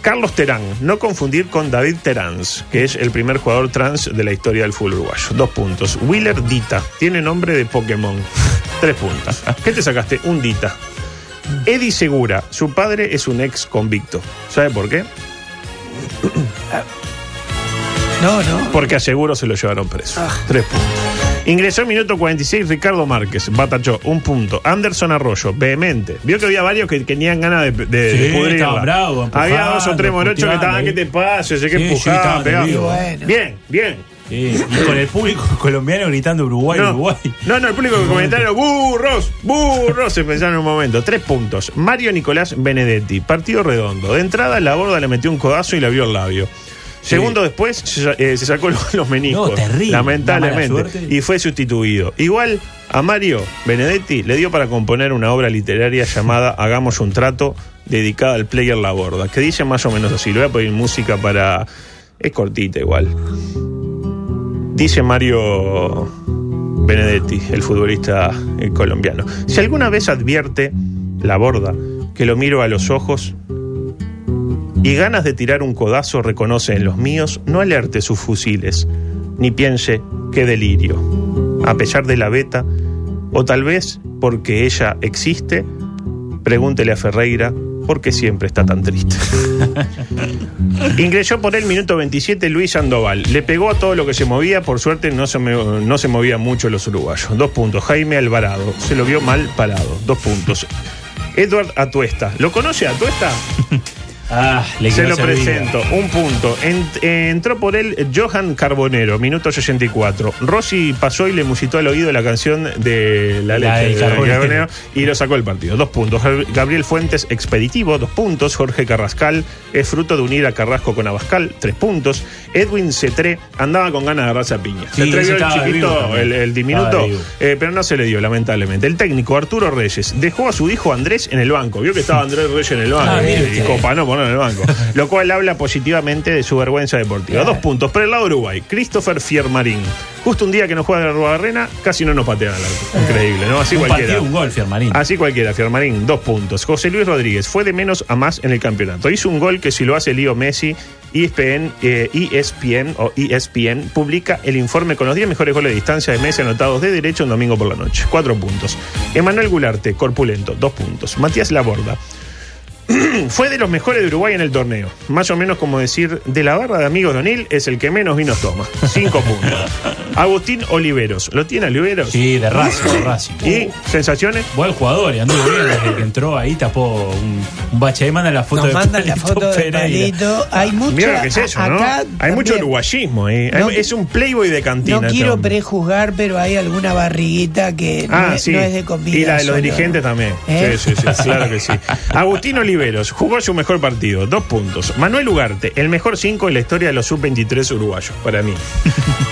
Speaker 6: Carlos Terán, no confundir con David Terans, que es el primer jugador trans de la historia del fútbol uruguayo. Dos puntos. Wheeler Dita, tiene nombre de Pokémon. Tres puntos. ¿Qué te sacaste? Un Dita. Eddie Segura, su padre es un ex convicto. ¿Sabe por qué?
Speaker 8: No, no.
Speaker 6: Porque a seguro se lo llevaron preso. Tres puntos. Ingresó en minuto 46 Ricardo Márquez, Batachó, un punto. Anderson Arroyo, vehemente. Vio que había varios que tenían ganas de, de,
Speaker 7: Sí,
Speaker 6: de pudrirla.
Speaker 7: estaban bravos, empujando,
Speaker 6: Había dos o tres morochos que
Speaker 7: puteando,
Speaker 6: estaban,
Speaker 7: ahí.
Speaker 6: ¿qué te pasa? Sé que
Speaker 7: Sí, sí,
Speaker 6: empujaba,
Speaker 7: estaban
Speaker 6: pegaba.
Speaker 7: de vivo.
Speaker 8: Bueno.
Speaker 6: Bien, bien.
Speaker 7: Sí, Y con el público colombiano gritando Uruguay,
Speaker 6: No,
Speaker 7: Uruguay.
Speaker 6: no, no, el público que comentaron, burros, burros, se pensaron en un momento. Tres puntos. Mario Nicolás Benedetti, partido redondo. De entrada, la borda le metió un codazo y la vio el labio. Segundo después, se, sa- eh, se sacó los, los meniscos.
Speaker 7: No, terrible, una mala
Speaker 6: Lamentablemente.
Speaker 7: suerte.
Speaker 6: Y fue sustituido. Igual a Mario Benedetti le dio para componer una obra literaria llamada Hagamos un trato, dedicada al player La Borda, que dice más o menos así. Le voy a pedir música para. Es cortita igual. Dice Mario Benedetti, el futbolista eh, colombiano. Si alguna vez advierte la borda que lo miro a los ojos y ganas de tirar un codazo reconoce en los míos, no alerte sus fusiles, ni piense qué delirio. A pesar de la beta, o tal vez porque ella existe, pregúntele a Ferreira por qué siempre está tan triste. Ingresó por el minuto 27 Luis Sandoval. Le pegó a todo lo que se movía. Por suerte no se, me- no se movían mucho los uruguayos. Dos puntos. Jaime Alvarado. Se lo vio mal parado. Dos puntos. Edward Atuesta. ¿Lo conoce Atuesta?
Speaker 7: Ah, le
Speaker 6: Se
Speaker 7: quedó
Speaker 6: lo
Speaker 7: servida.
Speaker 6: presento. Un punto. Ent- eh, entró por él Johan Carbonero. Minuto 64. Rossi pasó y le musitó al oído la canción de La
Speaker 7: La
Speaker 6: Leche
Speaker 7: del
Speaker 6: de
Speaker 7: Carbonero.
Speaker 6: Carbonero y lo sacó el partido. Dos puntos. Gab- Gabriel Fuentes, expeditivo, dos puntos. Jorge Carrascal es fruto de unir a Carrasco con Abascal, tres puntos. Edwin Cetré andaba con ganas de agarrarse a piña.
Speaker 7: Sí,
Speaker 6: Se atrevió
Speaker 7: ese
Speaker 6: el
Speaker 7: estaba vivo
Speaker 6: chiquito,
Speaker 7: también.
Speaker 6: el, el
Speaker 7: Estaba
Speaker 6: diminuto,
Speaker 7: vivo.
Speaker 6: eh, pero no se le dio, lamentablemente. El técnico Arturo Reyes dejó a su hijo Andrés en el banco. Vio que estaba Andrés Reyes en el banco.
Speaker 7: Ah, mire
Speaker 6: y
Speaker 7: usted.
Speaker 6: copanó ponerlo en el banco. Lo cual habla positivamente de su vergüenza deportiva. Dos puntos. Por el lado de Uruguay, Christopher Fiermarín. Justo un día que no juega de la Rubarrena, casi no nos patean al arco. Increíble, ¿no? Así
Speaker 7: Ah.
Speaker 6: cualquiera.
Speaker 7: un
Speaker 6: Ah,
Speaker 7: partido, un gol, Fiermarín.
Speaker 6: Así cualquiera, Fiermarín, dos puntos. José Luis Rodríguez fue de menos a más en el campeonato. Hizo un gol que si lo hace Lío Messi, ESPN, eh, ESPN o E ESPN publica el informe con los 10 mejores goles de distancia de Messi anotados de derecho un domingo por la noche. Cuatro puntos. Emanuel Gularte, corpulento, dos puntos. Matías Laborda. Fue de los mejores de Uruguay en el torneo. Más o menos como decir, de la barra de amigos de O'Neill es el que menos vinos toma. Cinco puntos. Agustín Oliveros. ¿Lo tiene Oliveros?
Speaker 7: Sí, de Racing, de Racing.
Speaker 6: ¿Y sensaciones?
Speaker 7: Buen jugador, y anduvo bien desde que entró ahí, tapó un, un bache. Ahí mandan la foto
Speaker 8: Nos
Speaker 7: de
Speaker 8: mandan la
Speaker 7: Palito
Speaker 8: foto de
Speaker 7: Pereira.
Speaker 8: palito. Hay mucho.
Speaker 6: Mira lo que es eso,
Speaker 8: a-
Speaker 6: ¿no?
Speaker 8: acá
Speaker 6: Hay
Speaker 8: también.
Speaker 6: mucho uruguayismo ahí.
Speaker 8: No-
Speaker 6: Hay- es un playboy de cantina.
Speaker 8: No
Speaker 6: este
Speaker 8: quiero
Speaker 6: hombre.
Speaker 8: prejuzgar, pero hay alguna barriguita que no
Speaker 6: Ah,
Speaker 8: es-
Speaker 6: sí.
Speaker 8: no, es de comida.
Speaker 6: y la de los
Speaker 8: solo.
Speaker 6: dirigentes también.
Speaker 8: ¿Eh?
Speaker 6: Sí, sí, sí, claro que sí. Agustín Olivero, Cisneros jugó su mejor partido, dos puntos. Manuel Ugarte, el mejor cinco de la historia de los sub-23 uruguayos, para mí.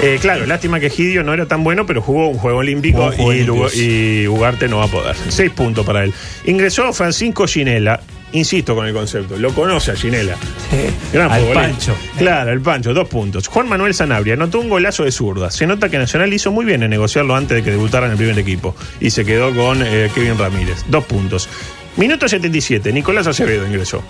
Speaker 6: Eh, claro, lástima que Gidio no era tan bueno, pero jugó un juego olímpico
Speaker 7: Jugó un Juego
Speaker 6: y,
Speaker 7: Olímpicos.
Speaker 6: Lugo- y Ugarte no va a poder. Seis puntos para él. Ingresó Francisco Ginela. Insisto con el concepto, lo conoce a Ginela. Gran
Speaker 7: Al
Speaker 6: futbolista.
Speaker 7: Pancho.
Speaker 6: Claro, el Pancho, dos puntos. Juan Manuel Sanabria anotó un golazo de zurda. Se nota que Nacional hizo muy bien en negociarlo antes de que debutara en el primer equipo. Y se quedó con eh, Kevin Ramírez. Dos puntos. Minuto 77, Nicolás Acevedo ingresó.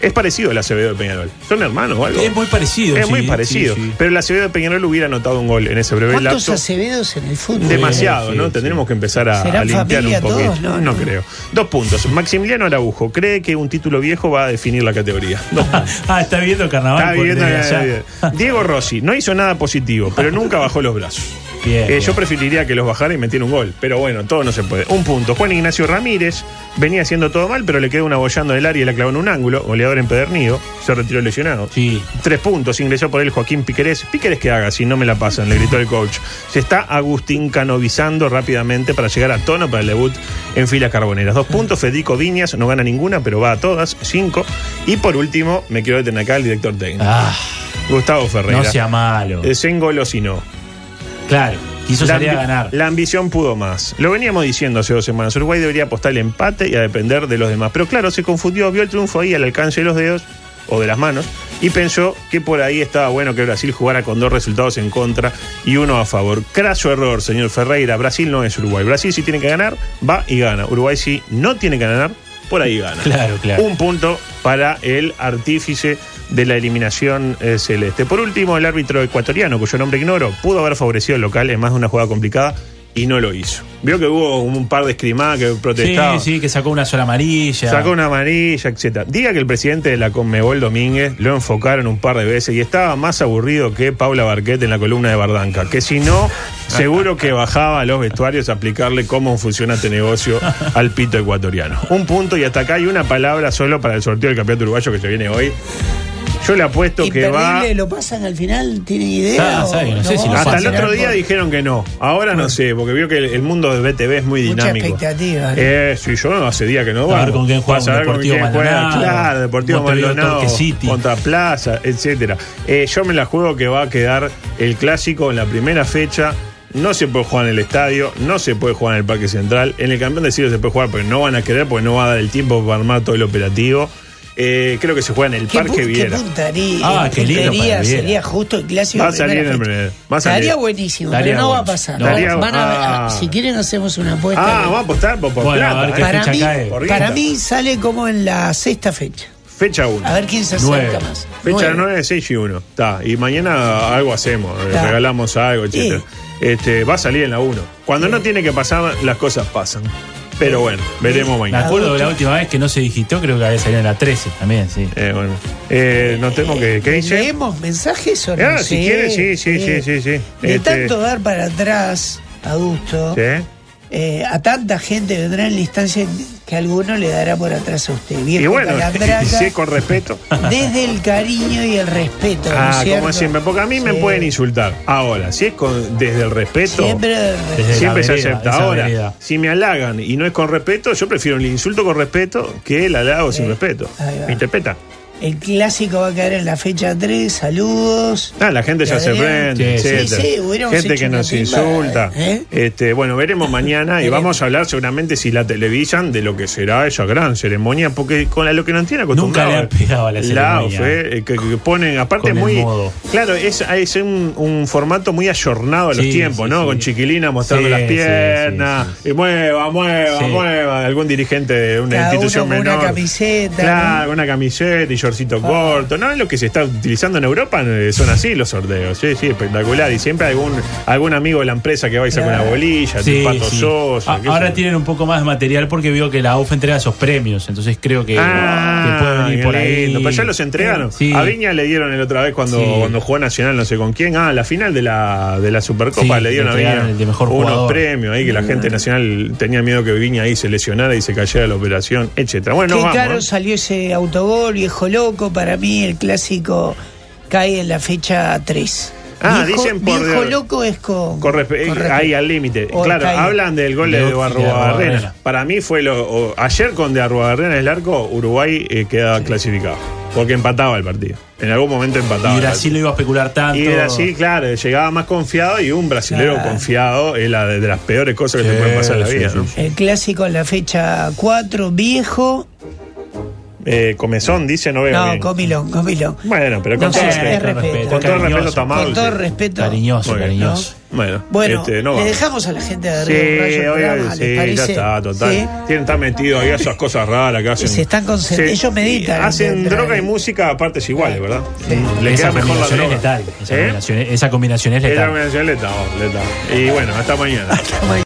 Speaker 6: Es parecido al Acevedo de Peñarol. Son hermanos o algo.
Speaker 7: Es muy parecido.
Speaker 6: Es
Speaker 7: sí,
Speaker 6: muy parecido.
Speaker 7: sí, sí.
Speaker 6: Pero el Acevedo de Peñarol hubiera anotado un gol en ese breve
Speaker 8: ¿Cuántos
Speaker 6: lapso.
Speaker 8: Acevedos en el fútbol?
Speaker 6: Demasiado,
Speaker 7: Sí,
Speaker 6: ¿no?
Speaker 7: sí.
Speaker 6: Tendremos que empezar a,
Speaker 8: ¿Serán
Speaker 6: a limpiar un
Speaker 8: familia
Speaker 6: poquito.
Speaker 8: todos?
Speaker 6: no,
Speaker 8: No, no.
Speaker 6: creo. Dos puntos. Maximiliano Araujo cree que un título viejo va a definir la categoría. Dos puntos.
Speaker 7: Ah, está viendo carnaval.
Speaker 6: Está
Speaker 7: por
Speaker 6: bien,
Speaker 7: desde
Speaker 6: está bien,
Speaker 7: allá.
Speaker 6: está bien. Diego Rossi no hizo nada positivo, pero nunca bajó los brazos.
Speaker 7: Bien,
Speaker 6: Eh,
Speaker 7: bien.
Speaker 6: Yo preferiría que los bajara y metiera un gol, pero bueno, todo no se puede. Un punto. Juan Ignacio Ramírez venía haciendo todo mal, pero le quedó una bollando del área y la clavó en un ángulo. Goleador empedernido, se retiró lesionado.
Speaker 7: Sí.
Speaker 6: Tres puntos, ingresó por él Joaquín Piquerés. Piquerés que haga, si no me la pasan, le gritó el coach. Se está Agustín canovizando rápidamente para llegar a tono para el debut en filas carboneras. Dos puntos, Federico Viñas, no gana ninguna, pero va a todas, cinco. Y por último, me quiero detener acá el director técnico.
Speaker 7: Ah,
Speaker 6: Gustavo Ferreira.
Speaker 7: no sea malo.
Speaker 6: Eh, Se engolosinó.
Speaker 7: Claro, quiso
Speaker 6: La
Speaker 7: salir a
Speaker 6: ambi-
Speaker 7: ganar.
Speaker 6: La ambición pudo más. Lo veníamos diciendo hace dos semanas. Uruguay debería apostar al empate y a depender de los demás. Pero claro, se confundió, vio el triunfo ahí al alcance de los dedos o de las manos y pensó que por ahí estaba bueno que Brasil jugara con dos resultados en contra y uno a favor. Craso error, señor Ferreira. Brasil no es Uruguay. Brasil si tiene que ganar, va y gana. Uruguay si no tiene que ganar, por ahí gana.
Speaker 7: Claro, claro.
Speaker 6: Un punto para el artífice de la eliminación eh, celeste. Por último, el árbitro ecuatoriano, cuyo nombre ignoro, pudo haber favorecido al local en más de una jugada complicada y no lo hizo. Vio que hubo un par de escrimadas que
Speaker 7: Sí,
Speaker 6: protestaban.
Speaker 7: sí, que sacó una sola amarilla.
Speaker 6: Sacó una amarilla, etc. Diga que el presidente de la Conmebol Domínguez lo enfocaron un par de veces y estaba más aburrido que Paula Barquet en la columna de Bardanca. Que si no, seguro que bajaba a los vestuarios a explicarle cómo funciona este negocio al pito ecuatoriano. Un punto y hasta acá hay una palabra solo para el sorteo del campeonato uruguayo que se viene hoy. Yo le apuesto
Speaker 8: ¿Y
Speaker 6: que va.
Speaker 8: terrible, ¿Lo pasan al final? ¿Tienen idea?
Speaker 7: Ah,
Speaker 8: o
Speaker 7: sabe, no sé si lo
Speaker 8: vamos
Speaker 7: pasan.
Speaker 8: a
Speaker 6: Hasta el
Speaker 7: fácil,
Speaker 6: otro
Speaker 8: llegar
Speaker 6: día
Speaker 8: por-
Speaker 6: dijeron que no. Ahora no sé, porque vio que el, el mundo de BTV es muy
Speaker 8: Mucha
Speaker 6: dinámico.
Speaker 8: expectativa, ¿no?
Speaker 6: Eh, sí, yo no hace día que no
Speaker 7: A ver
Speaker 6: vamos.
Speaker 7: con quién juega,
Speaker 6: Vas a ver
Speaker 7: con
Speaker 6: con
Speaker 7: Deportivo
Speaker 6: quién juega,
Speaker 7: Maldonado,
Speaker 6: Claro, Deportivo
Speaker 7: Montevideo
Speaker 6: Maldonado,
Speaker 7: Torque City.
Speaker 6: contra Plaza, etcétera. Eh, yo me la juego que va a quedar el clásico en la primera fecha. No se puede jugar en el estadio, no se puede jugar en el Parque Central. En el campeón de siglo se puede jugar, pero no van a querer porque no va a dar el tiempo para armar todo el operativo. Eh, creo que se juega en el
Speaker 8: ¿Qué,
Speaker 6: Parque
Speaker 8: pu- qué
Speaker 6: Viera.
Speaker 8: puntaría?
Speaker 7: Ah, qué lindo para
Speaker 8: puntería
Speaker 7: Viera.
Speaker 8: Sería justo el clásico.
Speaker 6: Va a
Speaker 8: de primera
Speaker 6: salir en el
Speaker 8: fecha.
Speaker 6: primer- va a salir.
Speaker 8: Estaría buenísimo,
Speaker 7: Estaría
Speaker 8: pero no va a
Speaker 7: bueno.
Speaker 8: pasar.
Speaker 7: No.
Speaker 6: Estaría-
Speaker 8: Van a-
Speaker 6: ah.
Speaker 8: si quieren hacemos una apuesta.
Speaker 6: Ah,
Speaker 8: que-
Speaker 6: vamos a apostar por, por
Speaker 7: Bueno, a
Speaker 6: plata,
Speaker 7: ver
Speaker 6: ¿eh?
Speaker 7: qué
Speaker 8: para
Speaker 7: fecha
Speaker 8: mí,
Speaker 7: cae.
Speaker 6: Por
Speaker 8: para
Speaker 6: guita.
Speaker 8: mí sale como en la sexta fecha.
Speaker 6: Fecha 1.
Speaker 8: A ver quién se acerca
Speaker 7: Nueve.
Speaker 8: más.
Speaker 6: Fecha
Speaker 8: Nueve.
Speaker 6: 9, 6 y 1. Está. Y mañana algo hacemos, eh,
Speaker 8: Ta.
Speaker 6: regalamos algo, etc.
Speaker 8: Sí.
Speaker 6: Este, va a salir en la 1. Cuando no tiene que pasar, las cosas pasan. Pero bueno, veremos
Speaker 7: Me
Speaker 6: mañana.
Speaker 7: acuerdo de la última vez que no se digitó, creo que había salido en la 13 también, sí.
Speaker 6: Eh, bueno. Eh, nos tenemos que. ¿Qué dice?
Speaker 8: ¿Leemos mensajes o no?
Speaker 6: Ah, si
Speaker 8: sé?
Speaker 6: quiere, sí, sí, sí, sí, sí.
Speaker 8: De
Speaker 6: Este-
Speaker 8: tanto dar para atrás, adusto,
Speaker 6: ¿Sí?
Speaker 8: eh, a tanta gente vendrá en la instancia que alguno le dará por atrás a usted. Viejo
Speaker 6: Y bueno,
Speaker 8: calandraca,
Speaker 6: sí, con respeto.
Speaker 8: desde el cariño y el respeto. ¿no es
Speaker 6: Ah, como
Speaker 8: cierto?
Speaker 6: siempre, porque a mí me
Speaker 8: Sí.
Speaker 6: pueden insultar. Ahora, si es con, desde el respeto.
Speaker 8: Siempre del respeto.
Speaker 7: Desde
Speaker 6: Siempre
Speaker 7: la
Speaker 6: se
Speaker 7: vereda,
Speaker 6: acepta.
Speaker 7: esa
Speaker 6: Ahora,
Speaker 7: vereda.
Speaker 6: si me halagan y no es con respeto, yo prefiero el insulto con respeto que el halago sin
Speaker 8: Sí.
Speaker 6: respeto.
Speaker 8: Ahí va.
Speaker 6: ¿Me interpreta?
Speaker 8: El clásico va a caer en la fecha 3. Saludos.
Speaker 6: Ah, la gente ya se
Speaker 8: Adrián.
Speaker 6: prende,
Speaker 7: Sí,
Speaker 6: etcétera.
Speaker 8: sí, hubiéramos
Speaker 6: gente
Speaker 8: hecho
Speaker 6: que
Speaker 8: una
Speaker 6: nos
Speaker 8: timba,
Speaker 6: insulta.
Speaker 8: ¿eh?
Speaker 6: Este, bueno, veremos mañana y
Speaker 8: Veremos.
Speaker 6: vamos a hablar seguramente si la televisan de lo que será esa gran ceremonia, porque con la- lo que nos tiene acostumbrado.
Speaker 7: Nunca le han pegado a la ceremonia.
Speaker 6: AFE, eh, que, que ponen, aparte
Speaker 7: Con el
Speaker 6: muy.
Speaker 7: modo.
Speaker 6: Claro, es, es un, un formato muy ayornado a los
Speaker 7: Sí,
Speaker 6: tiempos,
Speaker 7: sí,
Speaker 6: ¿no?
Speaker 7: sí.
Speaker 6: Con chiquilina mostrando
Speaker 7: Sí,
Speaker 6: las
Speaker 7: sí,
Speaker 6: piernas.
Speaker 7: sí,
Speaker 6: Y mueva, mueva,
Speaker 7: Sí.
Speaker 6: mueva. Algún dirigente de una
Speaker 8: Cada
Speaker 6: institución
Speaker 8: uno con una
Speaker 6: menor.
Speaker 8: camiseta,
Speaker 6: Claro,
Speaker 8: ¿no?
Speaker 6: una camiseta y shortcito
Speaker 7: Ah.
Speaker 6: corto. No es lo que se está utilizando en Europa, eh, son así los sorteos. Sí, sí, espectacular. Y siempre algún algún amigo de la empresa que va y saca una bolilla,
Speaker 7: Sí,
Speaker 6: un pato
Speaker 7: sí.
Speaker 6: sosa,
Speaker 7: A-
Speaker 6: qué sé
Speaker 7: ahora
Speaker 6: yo.
Speaker 7: tienen un poco más de material porque veo que la UF entrega esos premios, entonces creo que,
Speaker 6: Ah,
Speaker 7: que puede venir
Speaker 6: qué
Speaker 7: por ahí.
Speaker 6: lindo. Pero ya los entregaron.
Speaker 7: Sí.
Speaker 6: A Viña le dieron el otra vez cuando,
Speaker 7: Sí.
Speaker 6: cuando jugó Nacional, no sé con quién. Ah, la final de la, de la Supercopa
Speaker 7: Sí,
Speaker 6: le dieron a
Speaker 7: le
Speaker 6: Viña
Speaker 7: entregaron el de mejor
Speaker 6: unos
Speaker 7: jugador. Mm.
Speaker 6: premios ahí que la gente nacional tenía miedo que Viña ahí se lesionara y se cayera la operación, etcétera.
Speaker 8: Qué
Speaker 6: Bueno, vamos.
Speaker 8: caro
Speaker 6: ¿eh?
Speaker 8: salió ese autogol, viejo loco. Para mí el clásico cae en la fecha 3.
Speaker 6: Ah,
Speaker 8: Viejo-
Speaker 6: dicen por-
Speaker 8: Viejo loco es con.
Speaker 6: Con respe- eh,
Speaker 8: con
Speaker 6: ahí
Speaker 8: respe-
Speaker 6: al límite.
Speaker 8: O
Speaker 6: Claro,
Speaker 8: caída.
Speaker 6: hablan del gol
Speaker 7: De
Speaker 6: de,
Speaker 7: Oxi- de
Speaker 6: Arruabarrena.
Speaker 7: Arruabarrena.
Speaker 6: Para mí fue lo. o- ayer con de Arruabarrena en el arco, Uruguay eh, quedaba clasificado. Porque empataba el partido. En algún momento empataba.
Speaker 7: Y
Speaker 6: el
Speaker 7: Brasil lo iba a especular tanto.
Speaker 6: partido. Y Brasil, claro, llegaba más confiado y un brasilero
Speaker 8: Claro.
Speaker 6: confiado es la de, de las peores cosas que te
Speaker 7: Sí,
Speaker 6: pueden pasar en la
Speaker 7: sí,
Speaker 6: vida.
Speaker 7: sí,
Speaker 6: ¿no?
Speaker 7: sí.
Speaker 8: El clásico en la fecha 4, viejo.
Speaker 6: Eh, comezón dice, no veo.
Speaker 8: No,
Speaker 6: bien.
Speaker 8: comilón, comilón.
Speaker 6: Bueno, pero con
Speaker 8: No
Speaker 6: todo
Speaker 8: sé,
Speaker 6: respeto.
Speaker 8: es respeto.
Speaker 6: Con todo respeto, está mal.
Speaker 8: Con todo
Speaker 6: sí.
Speaker 8: respeto.
Speaker 7: Cariñoso,
Speaker 6: Muy bien.
Speaker 7: cariñoso.
Speaker 6: Bueno,
Speaker 8: Bueno,
Speaker 6: este, no
Speaker 8: le
Speaker 6: vamos.
Speaker 8: dejamos a la gente de
Speaker 6: Sí,
Speaker 8: arriba un rayo el
Speaker 6: obvio,
Speaker 8: programa,
Speaker 6: sí,
Speaker 8: ¿les
Speaker 6: ya
Speaker 8: parece?
Speaker 6: está, total.
Speaker 8: Sí.
Speaker 6: Tienen, están metidos ahí a esas cosas raras que hacen.
Speaker 8: Se están concentrando, ellos meditan.
Speaker 6: Hacen
Speaker 8: Meditan.
Speaker 6: droga y música a partes iguales, ¿verdad?
Speaker 8: Sí.
Speaker 6: Le
Speaker 7: esa
Speaker 6: queda mejor la
Speaker 7: combinación es
Speaker 6: droga.
Speaker 7: letal. Esa,
Speaker 6: ¿Eh?
Speaker 7: combinación, esa combinación es
Speaker 6: Es la
Speaker 7: letal.
Speaker 6: combinación letal, letal. Y bueno, hasta mañana.
Speaker 8: Bueno,